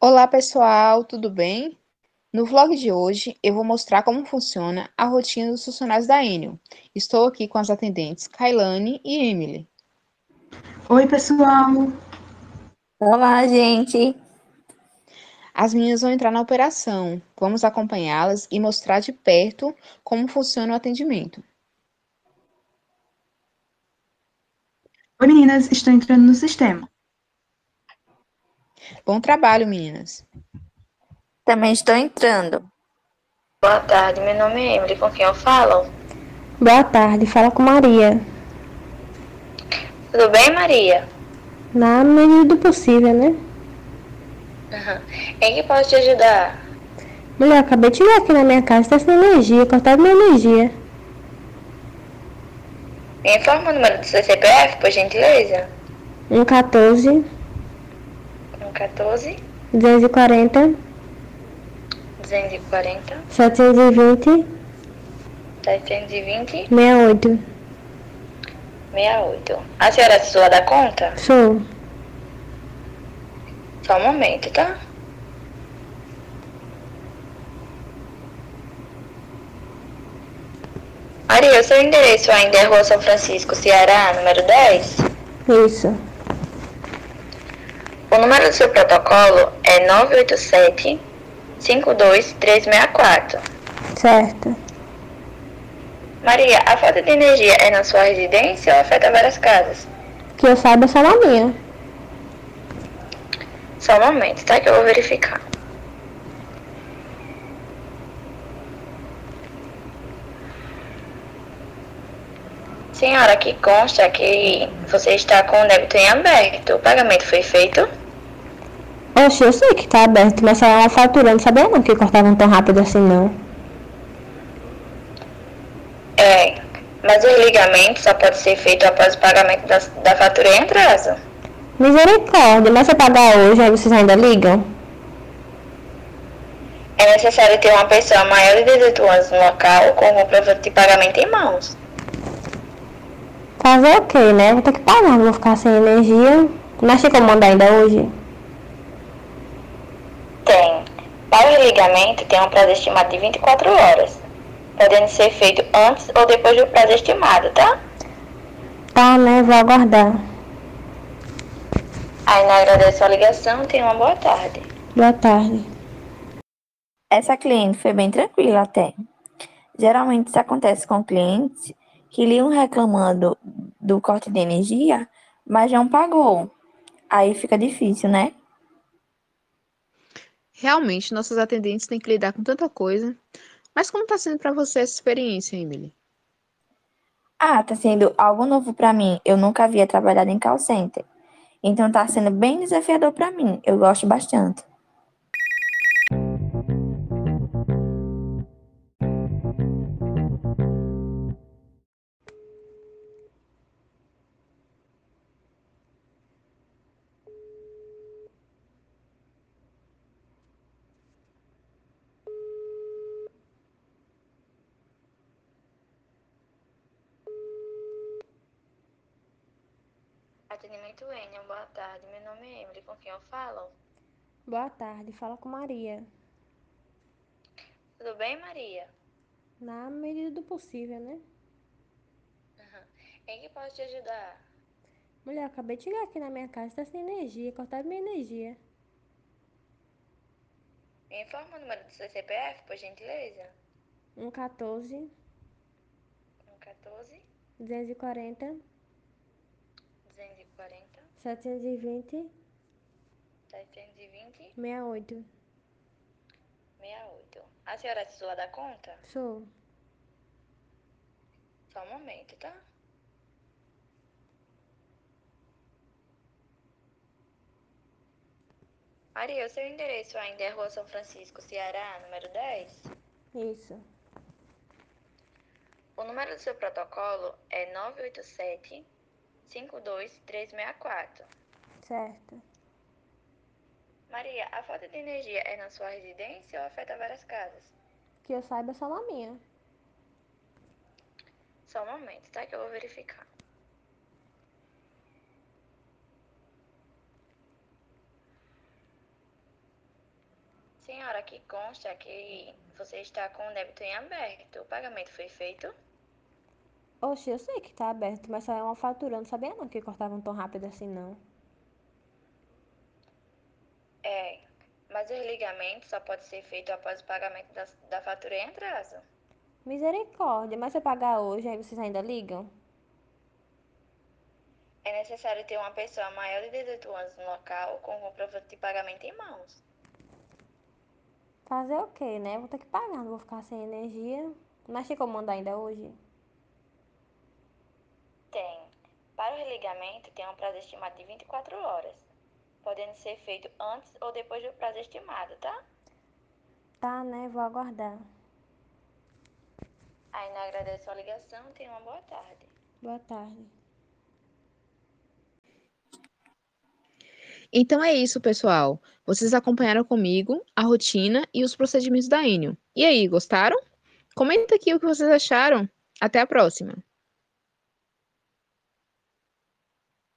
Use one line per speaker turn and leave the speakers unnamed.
Olá pessoal, tudo bem? No vlog de hoje eu vou mostrar como funciona a rotina dos funcionários da Enel. Estou aqui com as atendentes Kailane e Emily.
Oi, pessoal!
Olá, gente!
As meninas vão entrar na operação. Vamos acompanhá-las e mostrar de perto como funciona o atendimento.
Oi, meninas, estou entrando no sistema.
Bom trabalho, meninas.
Também estou entrando.
Boa tarde, meu nome é Emily, com quem eu falo?
Boa tarde, fala com Maria.
Tudo bem, Maria?
Na medida do possível, né?
Aham. Em que posso te ajudar?
Mulher, acabei de chegar aqui na minha casa, tá sem energia, cortaram minha energia.
Me informa o número do seu CPF, por gentileza.
114,
Um 14
240,
240
720,
720
68.
68. A senhora é sua da conta?
Sou.
Só um momento, tá? Maria, o seu endereço ainda é Rua São Francisco, Ceará, número 10?
Isso.
O número do seu protocolo é 987 52364.
Certo.
Maria, a falta de energia é na sua residência ou afeta várias casas?
Que eu saiba só na minha.
Só um momento, tá? Que eu vou verificar. Senhora, que consta que você está com o débito em aberto. O pagamento foi feito?
Oxe, eu sei que tá aberto, mas só lá faturando, não sabia não que cortavam tão rápido assim não.
É, mas o ligamento só pode ser feito após o pagamento da, da fatura em atraso.
Misericórdia, mas se eu pagar hoje, aí vocês ainda ligam?
É necessário ter uma pessoa maior de 18 anos no local com o comprovante de pagamento em mãos.
Fazer o quê, né? Vou ter que pagar, não vou ficar sem energia. Mas tem como mandar ainda hoje?
Tem. Para o ligamento, tem um prazo estimado de 24 horas, podendo ser feito antes ou depois do prazo estimado, tá?
Tá, né? Vou aguardar.
Ainda agradeço a ligação e tenha uma boa tarde.
Boa tarde.
Essa cliente foi bem tranquila até. Geralmente isso acontece com clientes que ligam reclamando do corte de energia, mas não pagou. Aí fica difícil, né?
Realmente, nossas atendentes têm que lidar com tanta coisa. Mas como está sendo para você essa experiência, Emily?
Ah, tá sendo algo novo pra mim. Eu nunca havia trabalhado em call center. Então tá sendo bem desafiador pra mim. Eu gosto bastante.
Atendimento Enel, boa tarde. Meu nome é Emily, com quem eu falo?
Boa tarde, fala com Maria.
Tudo bem, Maria?
Na medida do possível, né?
Em que posso te ajudar?
Mulher, acabei de chegar aqui na minha casa, tá sem energia, cortaram minha energia.
Me informa o número do seu CPF, por gentileza.
114,
14
240,
240
720,
720
68.
68. A senhora é sua da conta?
Sou.
Só um momento, tá? Maria, o seu endereço ainda é Rua São Francisco, Ceará, número 10?
Isso.
O número do seu protocolo é 987 52364.
Certo.
Maria, a falta de energia é na sua residência ou afeta várias casas?
Que eu saiba só na minha.
Só um momento, tá? Que eu vou verificar. Senhora, aqui consta que você está com o débito em aberto. O pagamento foi feito?
Oxe, eu sei que tá aberto, mas saiu uma fatura. Eu não sabia não que cortavam tão rápido assim, não.
É, mas o religamento só pode ser feito após o pagamento da, da fatura em atraso.
Misericórdia, mas se eu pagar hoje, aí vocês ainda ligam?
É necessário ter uma pessoa maior de 18 anos no local com comprovante de pagamento em mãos.
Fazer o quê, né? Vou ter que pagar, não vou ficar sem energia. Mas tem como mandar ainda hoje?
Tem. Para o religamento, tem um prazo estimado de 24 horas, podendo ser feito antes ou depois do prazo estimado, tá?
Tá, né? Vou aguardar.
Ainda agradeço a ligação e tenha uma boa tarde.
Boa tarde.
Então é isso, pessoal. Vocês acompanharam comigo a rotina e os procedimentos da Enio. E aí, gostaram? Comenta aqui o que vocês acharam. Até a próxima!